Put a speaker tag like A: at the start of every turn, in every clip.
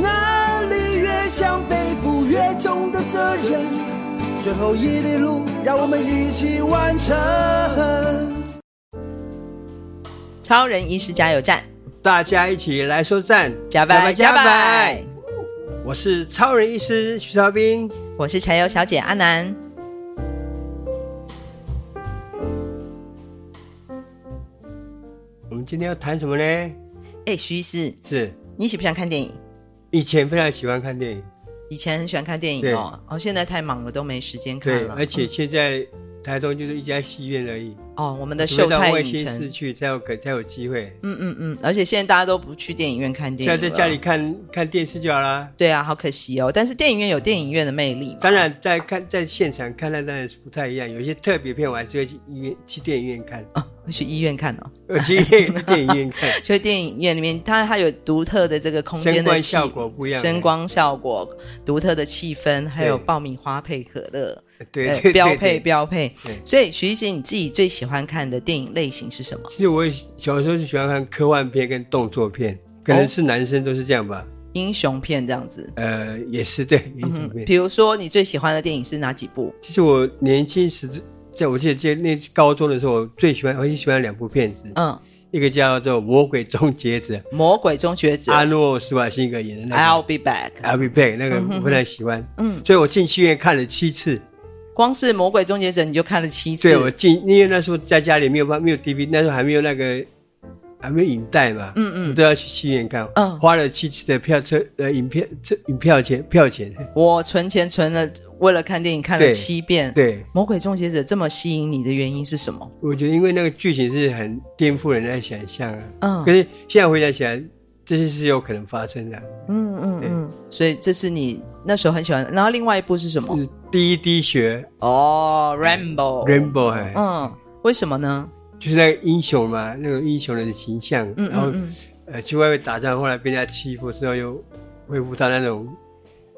A: 哪里越想背负越重的责任，最后一里路让我们一起完成。
B: 超人医师加油站，
C: 大家一起来说赞，
B: 加白
C: 加
B: 加
C: 白
B: 白！！
C: 我是超人医师徐超斌，
B: 我是柴油小姐阿南。
C: 我们今天要谈什么呢？
B: 哎，徐医师，
C: 是
B: 你喜不喜欢看电影？
C: 以前非常喜欢看电影，
B: 以前很喜欢看电
C: 对
B: 影哦，哦，现在太忙了，都没时间看
C: 对，
B: 了。
C: 而且现在台东就是一家戏院而已，
B: 哦，我们的
C: 除非
B: 秀
C: 到
B: 泰
C: 外
B: 影
C: 县市
B: 城，
C: 去才有可才有机会。
B: 嗯嗯嗯，而且现在大家都不去电影院看电
C: 现在
B: 影，
C: 在家里。看看电视就好啦。
B: 对啊，好可惜哦。但是电影院有电影院的魅力嘛。
C: 当然，在看在现场看，那当然是不太一样。有一些特别片，我还是会去医院去电影院看，
B: 啊，会去医院看哦，
C: 我去医院电影院 看，
B: 所以电影院里面它它有独特的这个空
C: 声
B: 间的
C: 光
B: 气
C: 效果不一样。
B: 声光效果、独特的气氛，还有
C: 对
B: 爆米花配可乐，
C: 对
B: 呃
C: 对对
B: 标
C: 对
B: 配标配
C: 对。
B: 所以徐姐，你自己最喜欢看的电影类型是什么？
C: 其实我小时候是喜欢看科幻片跟动作片，可能
B: 哦
C: 是男生都是这样吧。
B: 英雄片这样子。
C: 呃，也是对，也是
B: 嗯
C: 片。
B: 比如说你最喜欢的电影是哪几部？
C: 其实我年轻时，在我记得在那高中的时候，我最喜欢，我很喜欢两部片子，
B: 嗯，
C: 一个叫做《魔鬼终结者
B: 《魔鬼终结》，者》
C: 阿诺·施瓦辛格演的啊那
B: I'll
C: 个啊
B: be back。
C: 《I'll Be Back》，那个我非常喜欢，
B: 哎嗯，
C: 所以我进戏院看了七次。
B: 光是《魔鬼终结者》你就看了七次。
C: 对，我进，因为那时候在家里没有办没有 DV，那时候还没有那个还没有影带嘛，
B: 嗯
C: 我
B: 嗯，
C: 都要去戏院看，
B: 嗯
C: 花了七次的票车呃影片车影票钱票钱，
B: 我存钱存了，为了看电影看了
C: 对
B: 七遍。
C: 对
B: 《魔鬼终结者》这么吸引你的原因是什么？
C: 我觉得因为那个剧情是很颠覆人的想象啊，
B: 嗯
C: 可是现在回想起来，这些是有可能发生的啊，
B: 嗯嗯嗯，所以这是你那时候很喜欢的。然后另外一部是什么
C: 就？是第一滴血
B: 哦，Rambo。
C: Rainbow 哎、
B: 嗯，为什么呢？
C: 就是那个英雄嘛，那种英雄的形象，
B: 嗯
C: 然后
B: 嗯嗯，
C: 呃去外面打仗，后来被人家欺负之后又恢复到那种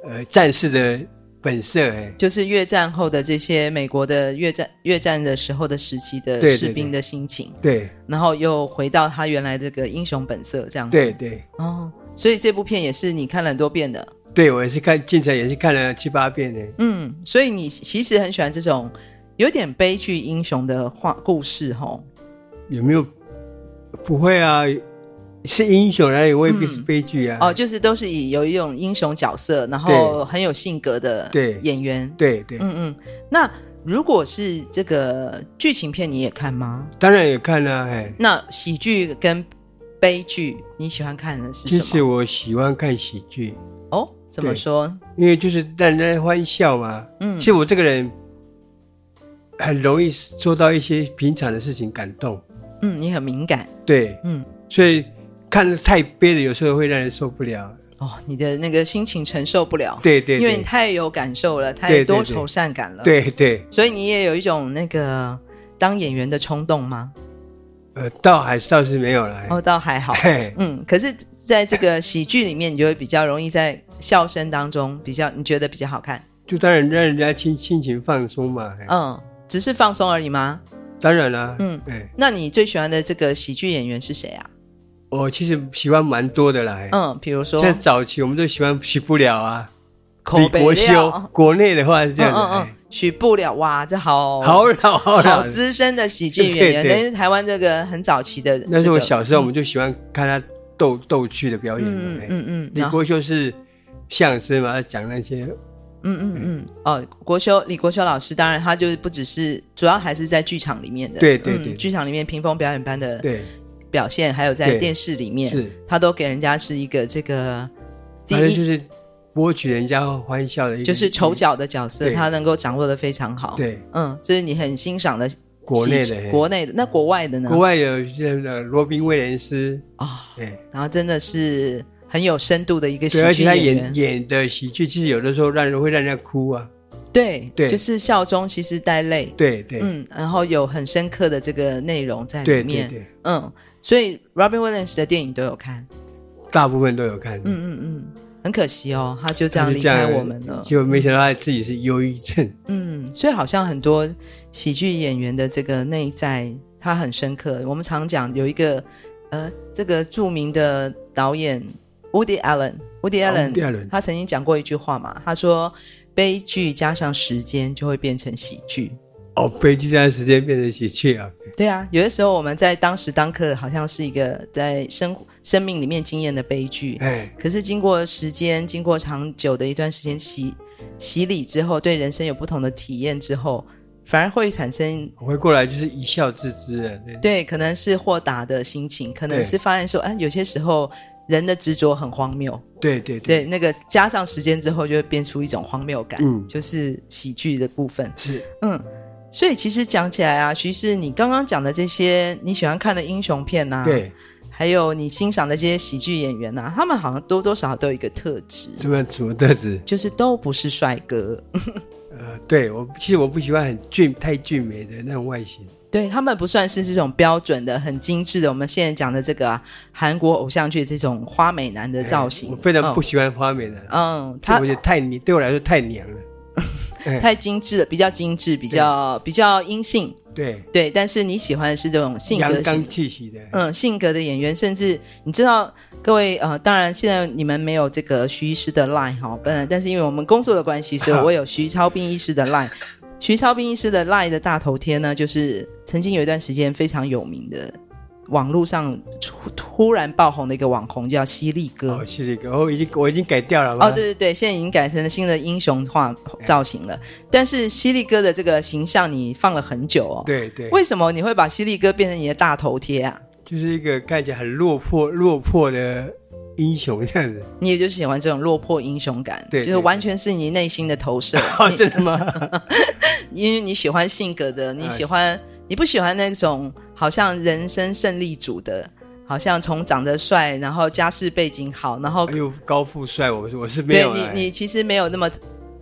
C: 呃战士的本色哎、
B: 就是越战后的这些美国的越战越战的时候的时期
C: 对
B: 的
C: 对
B: 士兵的心情，
C: 对
B: 然后又回到他原来这个英雄本色这样。，
C: 对对
B: 哦，所以这部片也是你看了很多遍的。
C: 对，我也是看进城也是看了七八遍哎呢。
B: 嗯，所以你其实很喜欢这种有点悲剧英雄的话故事吼。
C: 有没有？不会啊，是英雄啊，也未必是悲剧啊。
B: 哦，，就是都是以有一种英雄角色，然后很有性格的
C: 对
B: 演员。
C: 对对，
B: 嗯嗯。那如果是这个剧情片，你也看吗？
C: 当然也看啊。哎，
B: 那喜剧跟悲剧，你喜欢看的是
C: 其
B: 什
C: 实
B: 么？
C: 我喜欢看喜剧，
B: 哦，怎么
C: 对
B: 说？
C: 因为就是让人欢笑嘛。
B: 嗯
C: 其实我这个人很容易受到一些平常的事情感动，
B: 嗯，你很敏感。
C: 对，
B: 嗯，
C: 所以看得太悲的有时候会让人受不了。
B: 哦，你的那个心情承受不了，
C: 对对
B: 因为你
C: 对，
B: 太有感受了，
C: 对
B: 太
C: 对
B: 多
C: 对
B: 愁善感了。，
C: 对对，
B: 所以你也有一种那个当演员的冲动吗？
C: 呃，倒还是倒是没有了。哎
B: 哦，倒还好。
C: 嘿
B: 嗯，可是在这个喜剧里面，你就会比较容易在笑声当中比较，你觉得比较好看。
C: 就当然让人家心心情放松嘛。哎
B: 嗯，只是放松而已吗？
C: 当然啦、
B: 嗯
C: 哎，
B: 那你最喜欢的这个喜剧演员是谁啊？
C: 我其实喜欢蛮多的啦。哎
B: 嗯，比如说
C: 像早期我们都喜欢许不了啊，
B: 口
C: 李
B: 碑哎
C: 国修，国内的话是这
B: 嗯
C: 样的，
B: 嗯嗯，许不了哇，这好
C: 哎好老好老
B: 好。资深的喜剧演员，
C: 对对
B: 但是台湾这个很早期的、这个，嗯
C: 那是我小时候，我们就喜欢看他逗逗趣的表演嘛。
B: 嗯嗯
C: 哎
B: 嗯嗯，
C: 李
B: 然后
C: 国修是相声嘛，他讲那些
B: 嗯嗯嗯，哦，国修李国修老师，当然他就是不只是，主要还是在剧场里面的，嗯
C: 对对对
B: 剧场里面屏风表演班的
C: 对
B: 表现，还有在
C: 对
B: 电视里面，
C: 是，
B: 他都给人家是一个这个第
C: 反正
B: 一
C: 就是博取人家欢笑的一个，
B: 就是丑角的角色，
C: 嗯对
B: 他能够掌握的非常好。，
C: 对
B: 嗯，这是你很欣赏的
C: 国内
B: 喜剧
C: 的，哎
B: 国内的，那国外的呢？
C: 国外有像那个罗宾威廉斯，
B: 啊，
C: 哎，
B: 然后真的是很有深度的一个喜
C: 对，而
B: 剧
C: 且他
B: 演员。
C: 演演的喜剧，其实有的时候让人会让人家哭啊，
B: 对
C: 对
B: 就是笑中其实带泪。
C: 对对、
B: 嗯，然后有很深刻的这个内容在
C: 对
B: 里
C: 对
B: 面。
C: 对，
B: 嗯，所以 Robin Williams 的电影都有看。
C: 大部分都有看，
B: 嗯嗯嗯，很可惜哦，他就这
C: 他
B: 样
C: 就
B: 离
C: 这样，
B: 开我们了。
C: 结果没想到他自己是忧郁症，
B: 嗯，所以好像很多喜剧演员的这个内在，他很深刻。我们常讲有一个呃，这个著名的导演哦 Woody Allen，Woody
C: 第
B: Allen，
C: 二轮
B: 他曾经讲过一句话嘛，他说悲剧加上时间就会变成喜剧。
C: 哦，悲剧这段时间变成喜剧啊，
B: 对啊，有的时候我们在当时当刻好像是一个在生活生命里面经验的悲剧，
C: 哎，
B: 可是经过时间、经过长久的一段时间洗洗礼之后，对人生有不同的体验之后，反而会产生
C: 我会过来就是一笑置之啊的，
B: 对，可能是豁达的心情，可能
C: 对
B: 是发现说，哎、有些时候人的执着很荒谬，
C: 对对
B: 对，，那个加上时间之后，就会变出一种荒谬感，
C: 嗯
B: 就是喜剧的部分。
C: 是
B: 嗯，所以其实讲起来啊，徐是你刚刚讲的这些你喜欢看的英雄片呐、啊，，
C: 对，
B: 还有你欣赏的这些喜剧演员呐、啊，他们好像多多少少都有一个特质，
C: 什么什么特质？
B: 就是都不是帅哥，
C: 呃，对我其实我不喜欢很俊太俊美的那种外形，
B: 对他们不算是这种标准的、很精致的，我们现在讲的这个啊、韩国偶像剧这种花美男的造型，
C: 哎我非常
B: 嗯
C: 不喜欢花美男，
B: 嗯，
C: 这
B: 他
C: 我觉得太娘，对我来说太娘了。哎
B: 太精致了，比较精致，比较比较阴性，
C: 对，
B: 对。但是你喜欢的是这种性格
C: 阳
B: 型
C: 刚，气息的，
B: 嗯，性格的演员，甚至你知道，各位呃，当然现在你们没有这个徐医师的 line 哈，本来但是因为我们工作的关系，所以我有徐超斌医师的 line。徐 超斌医师的 line 的大头贴呢，就是曾经有一段时间非常有名的。网络上突突然爆红的一个网红叫犀利哥，
C: 哦，啊是这个，哦，已经我已经改掉了嘛
B: 哦，，对对对，现在已经改成了新的英雄化造型了。但是犀利哥的这个形象你放了很久哦，
C: 对对，
B: 为什么你会把犀利哥变成你的大头贴啊？
C: 就是一个看起来很落魄落魄的英雄这样子，
B: 你也就是喜欢这种落魄英雄感，
C: 对对
B: 就是完全是你内心的投 射。
C: 哦，真的 吗？
B: 你因为你喜欢性格的，你
C: 哎
B: 喜欢，你不喜欢那种好像人生胜利组的，好像从长得帅，然后家世背景好，然后
C: 哎呦，高富帅，我我是没
B: 对
C: 有
B: 你
C: 啦，
B: 你其实没有那么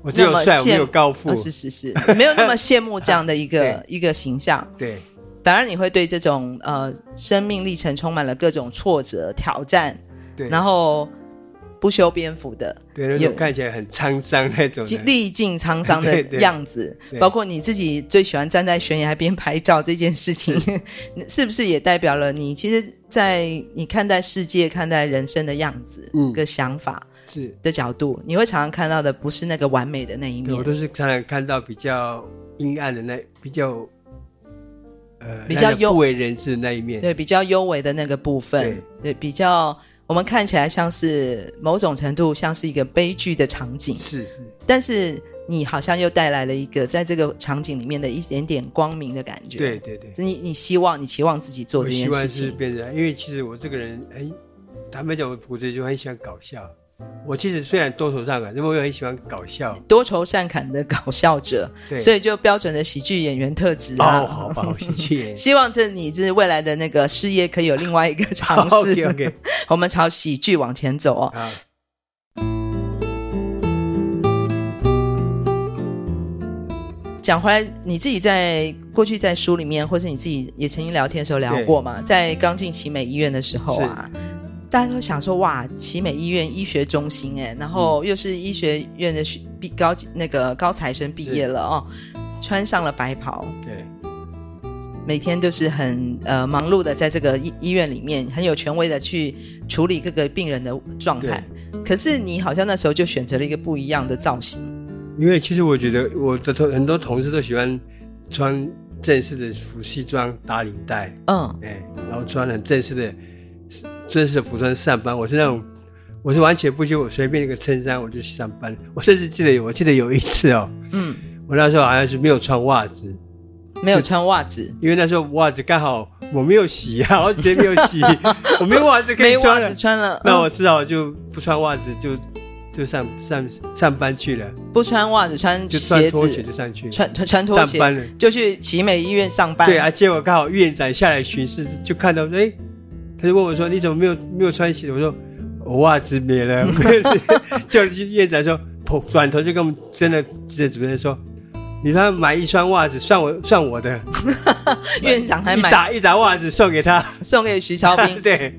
C: 我只有
B: 那么
C: 帅，我没
B: 羡
C: 有高富
B: 啊，是是是，没有那么羡慕这样的一个
C: 对
B: 一个形象。
C: 对
B: 反而你会对这种呃生命历程充满了各种挫折、挑战，
C: 对，
B: 然后不修边幅的、
C: 对那
B: 有
C: 种看起来很沧桑那种
B: 经
C: 的，
B: 历尽沧桑的
C: 对对
B: 样子，
C: 对
B: 包括你自己最喜欢站在悬崖边拍照这件事 情， 是不是也代表了你其实，在你看待世界、看待人生的样子、
C: 嗯
B: 个想法
C: 是，
B: 的角度，你会常常看到的不是那个完美的那一
C: 对
B: 面
C: 我，都是常常看到比较阴暗的那比较，呃，
B: 比较
C: 让人
B: 忧
C: 不为人知的那一面，
B: 对，比较优美的那个部分，对，比较我们看起来像是某种程度像是一个悲剧的场景，
C: 是是，
B: 但是你好像又带来了一个在这个场景里面的一点点光明的感觉。
C: 对，对对。
B: 你你希望你期望自己做
C: 我
B: 这
C: 希
B: 件
C: 望
B: 事
C: 是
B: 情，
C: 变成，因为其实我这个人，哎，坦白讲，我骨子里就很喜欢搞笑。我其实虽然多愁善感，但我也很喜欢搞笑。
B: 多愁善感的搞笑者，
C: 对，
B: 所
C: 以
B: 以就标准的喜剧演员特质啊。。
C: 哦，好吧，我谢 谢
B: 希望这你这未来的那个事业可以有另外一个尝试。
C: OK OK
B: 我们朝喜剧往前走哦。
C: 啊，
B: 讲回来，你自己在过去在书里面，或是你自己也曾经聊天的时候聊过嘛，在刚进奇美医院的时候啊，大家都想说哇，奇美医院医学中心哎、然
C: 嗯
B: 后又是医学院的学毕高那个高材生毕业了哦，穿上了白袍，
C: 对
B: 每天都是很呃忙碌的，在这个医医院里面很有权威的去处理各个病人的状
C: 对
B: 态。，可是你好像那时候就选择了一个不一样的造型，
C: 因为其实我觉得我的同很多同事都喜欢穿正式的服西装打领带，
B: 嗯，
C: 哎，然后穿很正式的正式的服装上班。我是那种，我是完全不修，我随便一个衬衫我就去上班。我甚至记得有，我记得有一次哦，
B: 嗯，
C: 我那时候好像是没有穿袜子，
B: 没有穿袜子。
C: 因为那时候袜子刚好我没有洗啊， 我直接没有 洗，我没有袜子可以
B: 没
C: 穿
B: 袜
C: 了
B: 子。穿了，
C: 那我只好就不穿袜子就就上上上班去了，
B: 嗯不穿袜子，穿
C: 就穿
B: 鞋
C: 拖鞋
B: 子，
C: 就上去
B: 穿穿穿拖
C: 上
B: 鞋，
C: 班了。
B: 就去奇美医院上班。
C: 对啊，结果刚哎好院长下来巡视，就看到说，哎，他就问我说：“你怎么没有没有穿鞋？”我说：“我袜子没了， 没有就院长说，转头就跟我们真的记者主任说，你让他买一双袜子，算我算我的，
B: 院长还
C: 一
B: 买
C: 打一打袜子送给他，
B: 送给徐超斌，
C: 对，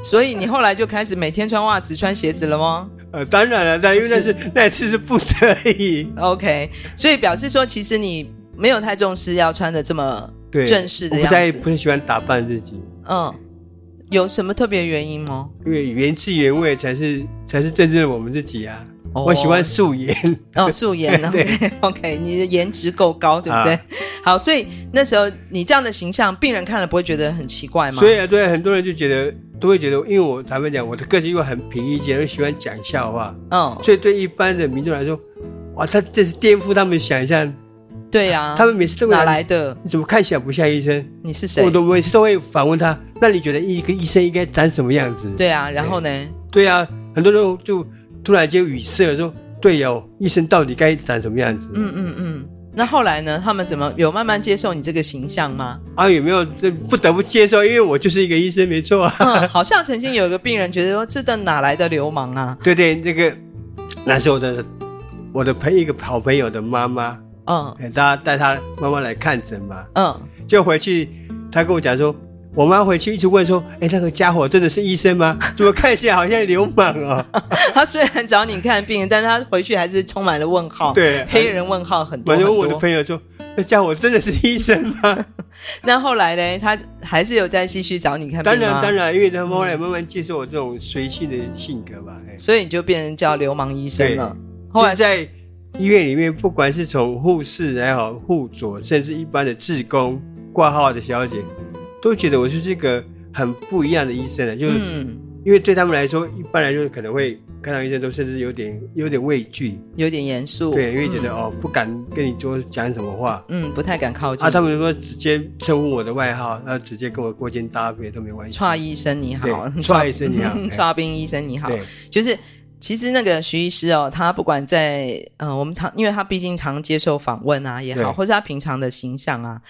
B: 所以你后来就开始每天穿袜子、穿鞋子了吗
C: 呃，当然了，但因为那是那次是不得已，
B: ？OK，所以表示说，其实你没有太重视要穿的这么
C: 对，
B: 正式的
C: 我
B: 样
C: 不
B: 子
C: 太不喜欢打扮自己，
B: 嗯，有什么特别原因吗？
C: 因为原汁原味才是才是真正的我们自己啊。
B: 哦
C: 我喜欢素颜，
B: 哦，素颜
C: 对
B: OK OK，你的颜值够高，对不对？
C: 啊
B: 好，所以那时候你这样的形象，病人看了不会觉得很奇怪吗？
C: 所以啊，对很多人就觉得都会觉得，因为我坦白讲，我的个性又很平易近人，又喜欢讲笑话，
B: 嗯，
C: 所以对一般的民众来说，哇，他这是颠覆他们想象，
B: 对呀、
C: 他们每次都会
B: 啊哪来的？
C: 你怎么看起来不像医生？
B: 你是谁
C: 我？都每次都会反问他，那你觉得一个医生应该长什么样子？
B: 对啊，然后呢？
C: 对啊，很多人就突然间语塞了，说对哦，医生到底该长什么样子？
B: 嗯嗯嗯。那后来呢？他们怎么有慢慢接受你这个形象吗？
C: 啊，有没有这不得不接受？因为我就是一个医生，没错啊。
B: 嗯， 好像曾经有一个病人觉得说，这的哪来的流氓啊？
C: 对对，那个那是我的我的朋一个好朋友的妈妈，
B: 嗯
C: 哎大家带她妈妈来看诊嘛，
B: 嗯，
C: 就回去，她跟我讲说，我妈回去一直问说，哎，那个家伙真的是医生吗？ 怎么看起来好像流氓 哦？
B: 他虽然找你看病，但他回去还是充满了问号。
C: 对
B: 哦黑人问号很多
C: 我
B: 很
C: 就
B: 多。
C: 问我的朋友说，那家伙真的是医生 吗？
B: 那后来呢？他还是有再继续找你看病
C: 当
B: 吗？
C: 然当。然，因为他后来慢慢接受我这种随性的性格吧。哎
B: 所以你就变成叫流氓医生了。后
C: 后
B: 来
C: 来在医院里面，不管是从护士也好，护佐，甚至一般的志工挂号的小姐，都觉得我是这个很不一样的医生了。就是
B: 嗯，
C: 因为对他们来说，一般来说可能会看到医生都甚至有点有点畏惧，
B: 有点严肃。
C: 对，因为觉
B: 嗯
C: 得、哦不敢跟你多讲什么话。
B: 嗯不太敢靠近。
C: 啊， 他们说直接称呼我的外号，然后直接跟我勾肩搭背都没关系。
B: 蔡医生你好，
C: 对蔡医生你好
B: 蔡斌医生你好，
C: 对
B: 就是。其实那个徐医师哦，他不管在呃，我们常，因为他毕竟常接受访问啊也好，
C: 对
B: 或是他平常的形象啊，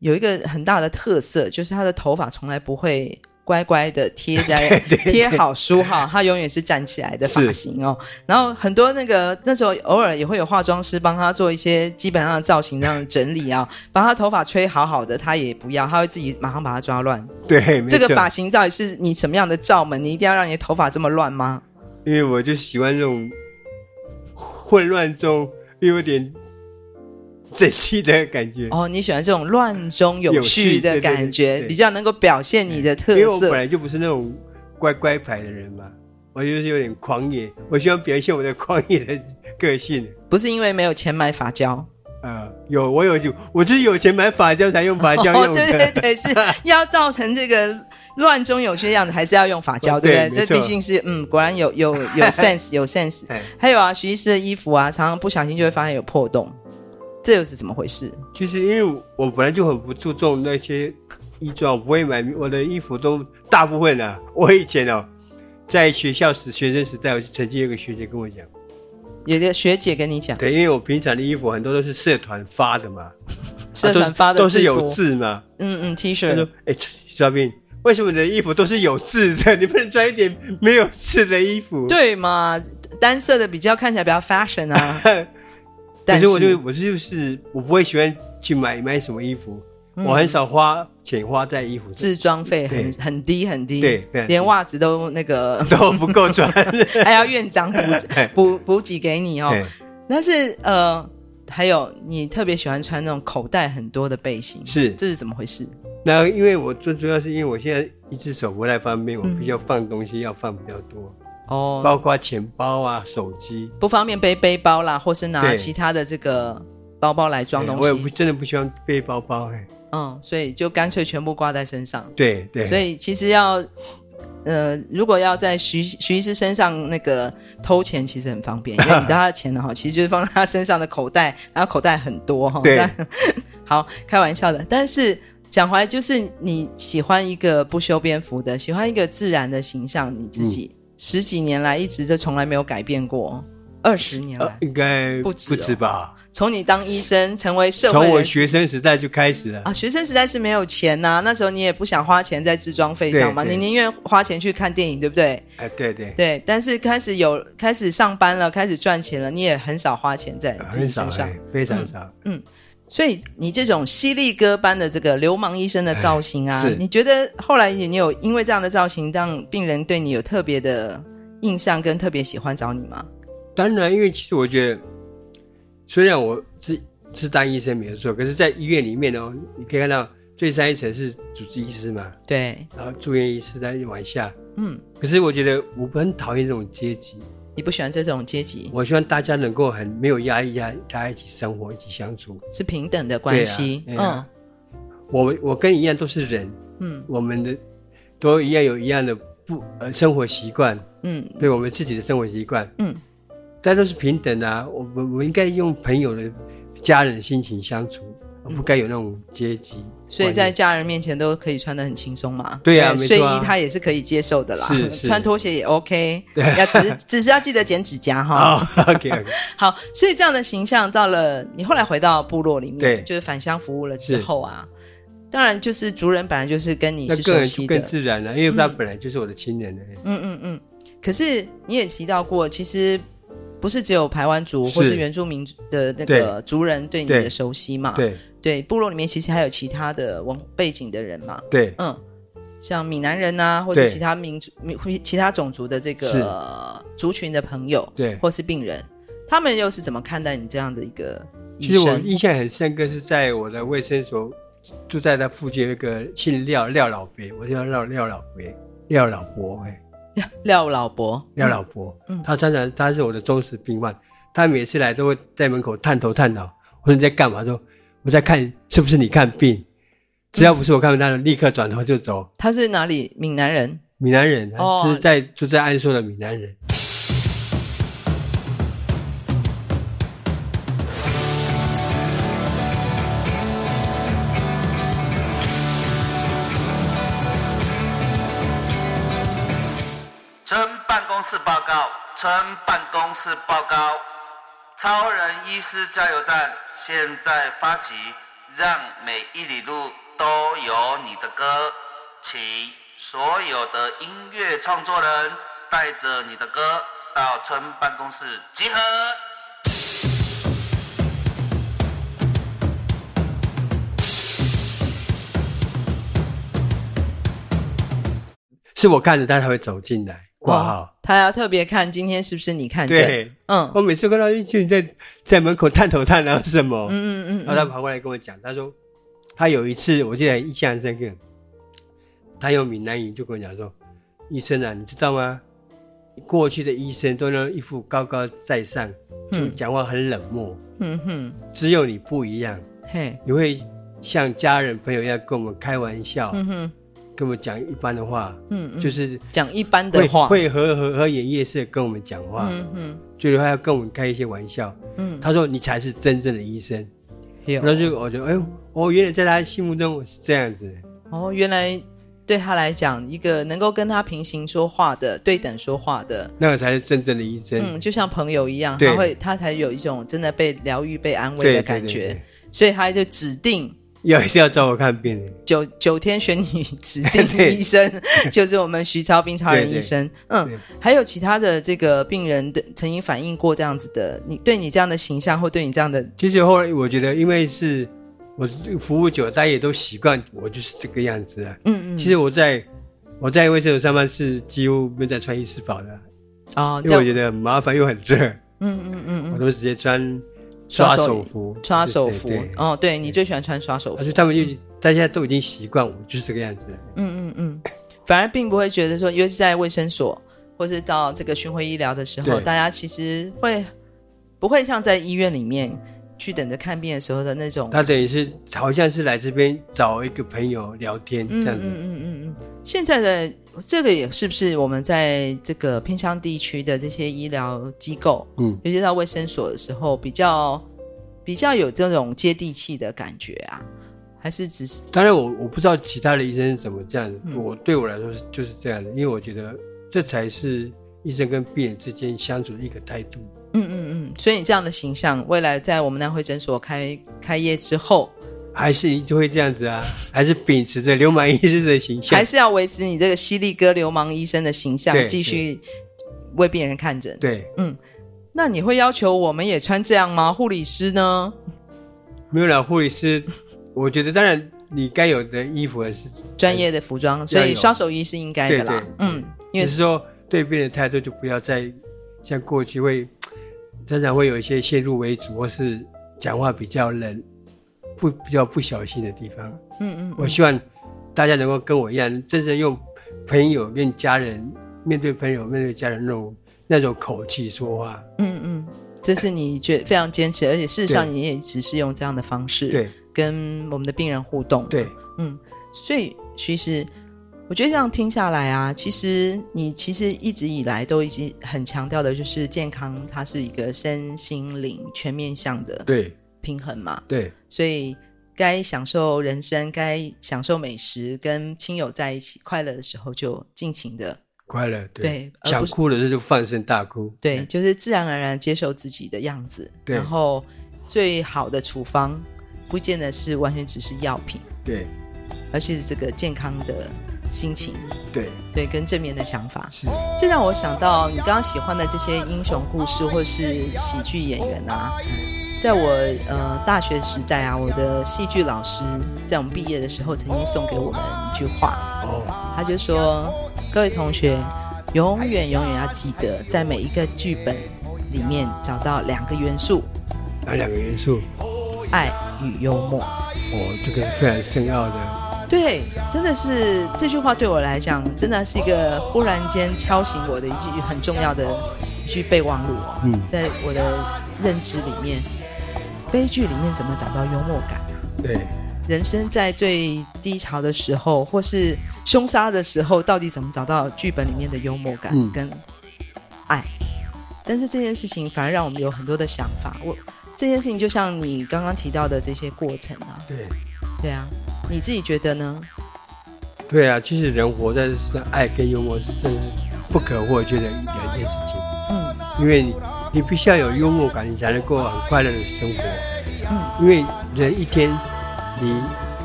B: 有一个很大的特色，就是他的头发从来不会乖乖的贴 在贴好梳好，他永远是站起来的发
C: 是
B: 型哦。然后很多那个那时候偶尔也会有化妆师帮他做一些基本上的造型上的整理啊， 把他头发吹好好的，他也不要，他会自己马上把它抓乱。
C: 对，没
B: 这个
C: 错
B: 发型到底是你什么样的罩门？你一定要让你的头发这么乱吗？
C: 因为我就喜欢这种混乱中又有点整齐的感觉。
B: 哦，你喜欢这种乱中有序的感
C: 有序对对
B: 觉，
C: 对
B: 比较能够表现你的特
C: 因为我本
B: 色。
C: 来就不是那种乖乖牌的人嘛，我就是有点狂野，我希望表现我的狂野的个性。
B: 不是因为没有钱买发胶，
C: 呃，有我有有，我就是有钱买发胶才用发胶
B: 哦，
C: 用的。
B: 对对对， 是要造成这个乱中有序的样子，还是要用发胶，
C: 哦
B: 对
C: 对
B: 不对？这
C: 没错
B: 毕竟是嗯，果然有有 有 sense，有 sense。
C: 哎，
B: 还有啊，徐医师的衣服啊，常常不小心就会发现有破洞，这又是怎么回事？
C: 就是因为我本来就很不注重那些衣装，我不会买我的衣服都大部分啊。我以前哦，在学校时学生时代，我就曾经有个学姐跟我讲。
B: 有的学姐跟你讲，
C: 对，因啊为我平常的衣服很多都是社团发的嘛，
B: 社
C: 啊都
B: 团
C: 是
B: 发的
C: 都是
B: 制
C: 有
B: 服，
C: 字嘛。
B: 嗯嗯，T
C: 他
B: 恤
C: 说，：“哎，徐小斌，为什么你的衣服都是有字的？ 你不能穿一点没有字的衣服？”，
B: 对嘛，单色的比较看起来比较 fashion 啊。
C: 可
B: 但
C: 是我就我就是我不会喜欢去买买什么衣服，我很少花钱花在衣服上，
B: 嗯自装费很
C: 对
B: 很低很低，
C: 对对
B: 连袜子都那个
C: 都不 够穿。
B: 还要院 长补补补给给你哦。
C: 哎
B: 但是呃，还有你特别喜欢穿那种口袋很多的背心，
C: 是
B: 这是怎么回事？
C: 那因为我最主要是因为我现在一只手不太方便，我必须要放东西要放比较多，
B: 嗯哦，
C: 包括钱包啊、手机。
B: 不方便背背包啦，或是拿
C: 对
B: 其他的这个包包来装
C: 哎
B: 东
C: 我也不
B: 西，
C: 真的不喜欢背包包，哎，
B: 嗯，所以就干脆全部挂在身上。
C: 对对，
B: 所以其实要。呃，如果要在徐徐医师身上那个偷钱，其实很方便，因为你知道他的钱呢哈，其实就是放在他身上的口袋，然后口袋很多哈。
C: 对
B: 但 好，开玩笑的。但是讲回来，就是你喜欢一个不修边幅的，喜欢一个自然的形象，你自
C: 嗯
B: 己、十几年来一直就从来没有改变过，二十年来、
C: 呃，应该
B: 不止哦
C: 止吧？
B: 从你当医生成为社会
C: 从我
B: 人士
C: 学生时代就开始了。
B: 啊，学生时代是没有钱呐、那时候你也不想花钱在自装费上嘛，
C: 对
B: 你
C: 对
B: 宁愿花钱去看电影，对不对？
C: 哎，对对，
B: 对，但是开始有开始上班了，开始赚钱了，你也很少花钱在自己
C: 很少
B: 身上，嗯
C: 哎，非常少。
B: 所以你这种犀利哥般的这个流氓医生的造型啊
C: 哎是，
B: 你觉得后来你有因为这样的造型让病人对你有特别的印象跟特别喜欢找你吗？
C: 当然，因为其实我觉得，虽然我是是当医生没有错，可是在医院里面哦，你可以看到最上一层是主治医师嘛，
B: 对，
C: 然后住院医师再往下。
B: 嗯，
C: 可是我觉得我很讨厌这种阶级，
B: 你不喜欢这种阶级，
C: 我希望大家能够很没有压力啊，大家一起生活，一起相处。
B: 是平等的关系，
C: 对啊我我跟你一样都是人，
B: 嗯
C: 我们的都一样有一样的不呃生活习惯，
B: 嗯嗯
C: 对我们自己的生活习惯，
B: 嗯，
C: 大家都是平等的啊。我我我应该用朋友的、家人的心情相处，不该有那种阶级观念。
B: 嗯所以在家人面前都可以穿得很轻松嘛。
C: 对啊没
B: 睡
C: 错啊
B: 衣他也是可以接受的啦，
C: 是是
B: 穿拖鞋也 OK，要只是只是要记得剪指甲 哈。
C: 啊，OK，
B: 好，所以这样的形象到了你后来回到部落里面，
C: 对
B: 就是返乡服务了之后啊，当然就是族人本来就是跟你
C: 那
B: 是
C: 个
B: 熟
C: 人
B: 悉
C: 就
B: 的
C: 更，自然啊了，因为他本来就是我的亲人了。
B: 嗯嗯嗯。可是你也提到过，其实不是只有排湾族
C: 是
B: 或是原住民的那个族人对你
C: 对
B: 的熟悉嘛？
C: 对
B: 对部落里面其实还有其他的文背景的人嘛，
C: 对，
B: 嗯，像闽南人啊，或者
C: 对
B: 其他民族、民其他种族的这个族群的朋友，
C: 对
B: 或是病人，他们又是怎么看待你这样的一个
C: 其
B: 医
C: 实我
B: 生？
C: 印象很深刻，是在我的卫生所住在那附近有一个姓廖廖老伯，我叫廖廖老伯，廖老伯哎。
B: 廖老伯，
C: 廖老伯，
B: 嗯嗯
C: 他常常他是我的忠实病患，他每次来都会在门口探头探脑，我说你在干嘛？说我在看是不是你看病，只要不是我看病，他就立刻转头就走。
B: 他是哪里闽南人？
C: 闽南人，
B: 哦
C: 是在住在安顺的闽南人，
D: 称办公室报告，称办公室报告。超人医师加油站现在发起，让每一里路都有你的歌，请所有的音乐创作人带着你的歌到村办公室集合。
C: 是我看着他才会走进来挂号。
B: 他要特别看今天是不是你看诊？
C: 对，
B: 嗯
C: 我每次看到一群人在在门口探头探脑是什么，
B: 嗯嗯嗯
C: 然后他
B: 嗯，
C: 跑过来跟我讲，他说他有一次我记得印象很深刻，他用闽南语就跟我讲说：“医生啊，你知道吗？过去的医生都那一副高高在上，就
B: 嗯
C: 讲话很冷漠，
B: 嗯哼，
C: 只有你不一样，
B: 嘿，
C: 你会像家人朋友一样跟我们开玩笑，
B: 嗯哼，跟
C: 跟我们讲一般的话，
B: 嗯嗯，
C: 就是
B: 讲一般的
C: 会
B: 话，
C: 会和和和颜悦色跟我们讲话，
B: 嗯哼，
C: 就是他要跟我们开一些玩笑。
B: 嗯，
C: 他说你才是真正的医生。”
B: 有
C: 然后就我就哎呦，哦，原来在他心目中我是这样子的。
B: 哦，原来对他来讲，一个能够跟他平行说话的、对等说话的，
C: 那个才是真正的医生。
B: 嗯，就像朋友一样，
C: 对
B: 他会他才有一种真的被疗愈、被安慰
C: 对
B: 的感觉，
C: 对对对
B: 所以他就指定
C: 要一定要找我看病的。
B: 九九天玄女指定
C: 对
B: 医生，就是我们徐超斌超人
C: 对对
B: 医生。嗯
C: 对，
B: 还有其他的这个病人的曾经反映过这样子的，你对你这样的形象或对你这样的，
C: 其实后来我觉得，因为是我服务久了，大家也都习惯我就是这个样子啊。
B: 嗯嗯，
C: 其实我在我在卫生所上班是几乎没有在穿医师袍的，
B: 哦，
C: 因为我
B: 这样
C: 觉得很麻烦又很热，
B: 嗯嗯嗯嗯，
C: 我都直接穿
B: 刷
C: 刷
B: 手
C: 手服。
B: 刷手
C: 就是
B: 服
C: 对，
B: 哦，对你最喜欢穿刷手服
C: 而且，他们就大家都已经习惯我就是这个样子了。
B: 嗯嗯嗯，反而并不会觉得说，尤其在卫生所或是到这个巡回医疗的时候，
C: 对
B: 大家其实会不会像在医院里面去等着看病的时候的那种，
C: 他等于是好像是来这边找一个朋友聊天这
B: 嗯
C: 样
B: 嗯
C: 子。
B: 嗯嗯嗯，现在的这个也是不是我们在这个偏乡地区的这些医疗机构，
C: 嗯，
B: 尤其到卫生所的时候，比较比较有这种接地气的感觉啊，还是只是
C: 当然我，我不知道其他的医生是怎么这样的，
B: 嗯
C: 我对我来说是就是这样的，因为我觉得这才是医生跟病人之间相处的一个态度。
B: 嗯嗯嗯，嗯，所以你这样的形象，未来在我们南汇诊所开开业之后，
C: 还是就会这样子 啊，还是秉持着流氓医师的形象
B: 还，是要维持你这个犀利哥流氓医生的形象，
C: 对
B: 继续为病人看诊。
C: 对，
B: 那你会要求我们也穿这样吗？护理师呢？
C: 没有了护理师，我觉得当然你该有的衣服还是，
B: 专业的服装，所以
C: 有
B: 双手医是应该的啦
C: 对对。
B: 嗯，因为
C: 只是说对病人态度就不要再像过去会常常会有一些先入为主或是讲话比较冷，不比较不小心的地方。
B: 嗯嗯
C: 我希望大家能够跟我一样，真正用朋友面家人面对朋友面对家人那种那种口气说话。
B: 嗯嗯，这是你觉得非常坚持，而且事实上
C: 对
B: 你也只是用这样的方式，
C: 对
B: 跟我们的病人互动。
C: 对，
B: 嗯，所以其实我觉得这样听下来啊，其实你其实一直以来都已经很强调的就是健康，它是一个身心灵全面向的
C: 对
B: 平衡嘛，
C: 对
B: 所以。该享受人生，该享受美食，跟亲友在一起快乐的时候，就尽情的
C: 快乐
B: 对而
C: 想
B: 不是
C: 哭的时候就放声大哭。
B: 对，就是自然而然接受自己的样子。
C: 对
B: 然后最好的处方，不见得是完全只是药品，
C: 对
B: 而是这个健康的心情，
C: 对，
B: 对，跟正面的想法。
C: 是
B: 这让我想到你刚刚喜欢的这些英雄故事或是喜剧演员啊。在我呃大学时代啊，我的戏剧老师在我们毕业的时候曾经送给我们一句话，
C: 哦，
B: 他就说：“各位同学，永远永远要记得，在每一个剧本里面找到两个元素：
C: 那两个元素，
B: 爱与幽默。
C: 哦，这个非常深奥的，”
B: 对，真的是这句话对我来讲，真的是一个忽然间敲醒我的一句很重要的一句备忘录哦。
C: 嗯
B: 在我的认知里面，悲剧里面怎么找到幽默感？
C: 对
B: 人生在最低潮的时候，或是凶杀的时候，到底怎么找到剧本里面的幽默感
C: 嗯
B: 跟爱？但是这件事情反而让我们有很多的想法。我这件事情就像你刚刚提到的这些过程啊，
C: 对
B: 对啊，你自己觉得呢？
C: 对啊，其实人活在世上，爱跟幽默是真的不可或缺的两件事情。
B: 嗯
C: 因为你你必须要有幽默感，你才能过很快乐的生活。
B: 嗯，
C: 因为人一天，你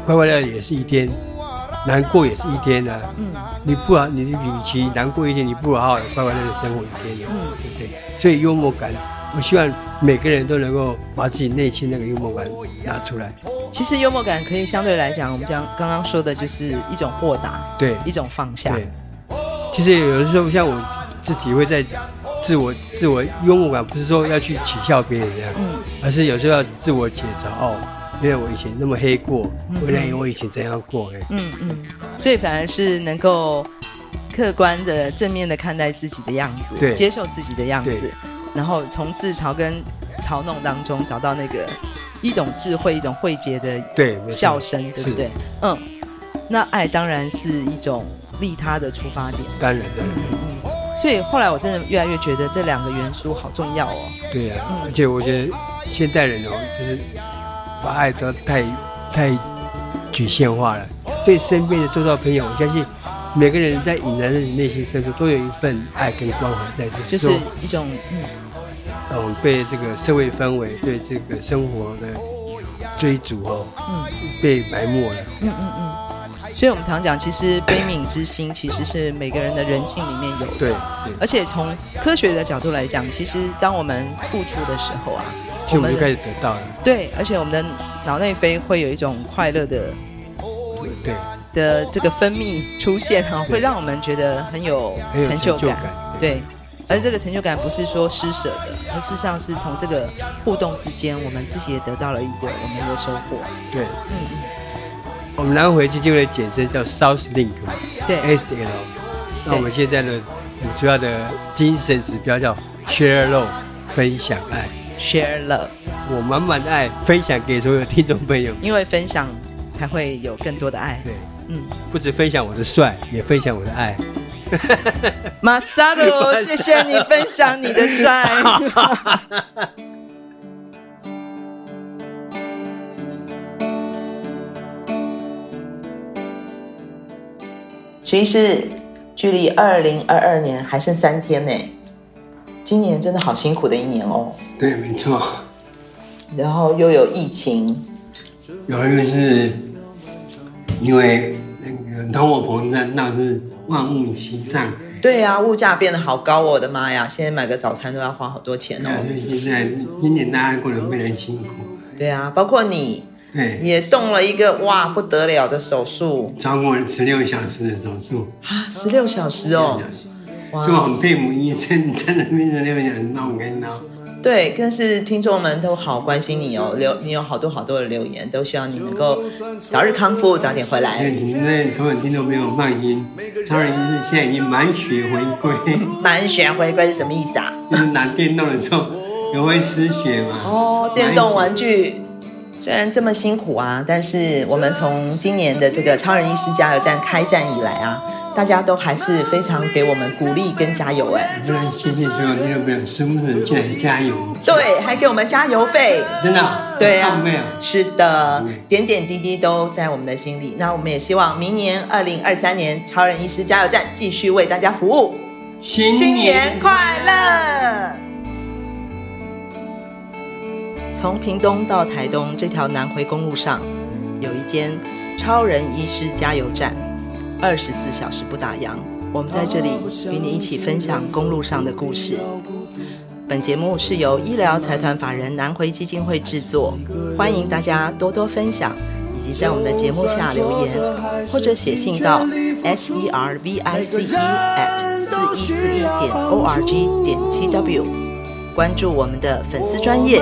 C: 快快乐乐也是一天，难过也是一天啊。
B: 嗯
C: 你不好，你与其难过一天，你不如好好地快快乐乐地生活一天呢，啊
B: 嗯
C: 对不对？所以幽默感，我希望每个人都能够把自己内心那个幽默感拿出来。
B: 其实幽默感可以相对来讲，我们讲刚刚说的就是一种豁达，
C: 对
B: 一种放下。
C: 对，其实有的时候像我自己会在自我自我幽默感，不是说要去取笑别人这样。
B: 嗯
C: 而是有时候要自我解嘲哦，原来我以前那么黑过，
B: 嗯
C: 原来我以前怎样过哎、
B: 嗯嗯，所以反而是能够客观的、正面的看待自己的样子，
C: 对
B: 接受自己的样子
C: 对，
B: 然后从自嘲跟嘲弄当中找到那个一种智慧、一种慧解的
C: 对，没错
B: 笑声，对不
C: 是
B: 对？嗯，那爱当然是一种利他的出发点。
C: 当然当然，
B: 所以后来我真的越来越觉得这两个元素好重要哦。
C: 对呀、啊
B: 嗯
C: 而且我觉得现代人哦，就是把爱都太太局限化了，对身边的周遭朋友，我相信每个人在隐然的内心深处都有一份爱跟关怀在，就
B: 就是
C: 说，
B: 一种，嗯，
C: 嗯，被这个社会氛围、对这个生活的追逐哦，
B: 嗯，
C: 被埋没了。
B: 嗯嗯嗯。所以我们常讲，其实悲悯之心其实是每个人的人性里面有的。
C: 对
B: 而
C: 对，
B: 且从科学的角度来讲，其实当我们付出的时候啊，
C: 其实我们就开始得到了。
B: 对，而且我们的脑内啡会有一种快乐的
C: 对，
B: 的这个分泌出现啊，
C: 对
B: 会让我们觉得很有
C: 很有
B: 成就
C: 成就
B: 感。
C: 感。
B: 对，而这个成就感不是说施舍的，而事实上是从这个互动之间，我们自己也得到了一个我们的收获。
C: 对，
B: 嗯，嗯
C: 我们南回基金会的简称叫 South Link 嘛
B: 对，
C: ，SL。那我们现在呢，主要的精神指标叫 Share Love，分享爱。
B: share love，
C: 我满满的爱分享给所有听众朋友。
B: 因为分享才会有更多的爱。
C: 对，
B: 嗯，
C: 不止分享我的帅，也分享我的爱。
B: 马萨鲁， 谢谢你分享你的 帅。徐医师，距离二零二二年还剩三天呢，今年真的好辛苦的一年哦，
C: 对，没错，
B: 然后又有疫情，
C: 有一个是因为那个通货膨胀导致万物齐涨，
B: 对啊，物价变得好高哦，我的妈呀！现在买个早餐都要花好多钱
C: 对啊，
B: 哦。
C: 所以现在今年大家过得非常辛苦，
B: 对啊，包括你
C: 对，
B: 也动了一个哇不得了的手术
C: 超过十六小时的手术，
B: 啊，十六小时哦，
C: 所以我
B: 哇！
C: 很佩服医生，真的变成那个人闹跟闹。
B: 对，但是听众们都好关心你哦，留你有好多好多的留言，都希望你能够早日康复，早点回
C: 所以
B: 来。
C: 你们那所有听众朋友放心，超人医师现在已经满血回归，
B: 满血回归是什么意思啊？
C: 就是拿电动的时候也会失血嘛。
B: 哦，电动玩具虽然这么辛苦啊，但是我们从今年的这个超人医师加油站开战以来啊，大家都还是非常给我们鼓励跟加油哎、
C: 不然谢谢所有听众朋友，时不时进来加油，
B: 对，还给我们加油费。
C: 真的啊，
B: 对啊
C: 唱妹啊，
B: 是的
C: 嗯，
B: 点点滴滴都在我们的心里。那我们也希望明年二零二三年超人医师加油站继续为大家服务。
C: 新
B: 新
C: 年
B: 年快乐！从屏东到台东这条南回公路上，有一间超人医师加油站，二十四小时不打烊。我们在这里与你一起分享公路上的故事。本节目是由医疗财团法人南回基金会制作，欢迎大家多多分享，以及在我们的节目下留言，或者写信到 s e r v i c e at 四一四一点 o r g 点 t w，关注我们的粉丝专业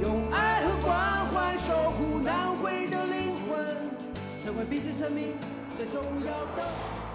A: 用爱和关怀守护南回的灵魂，成为彼此生命最重要的。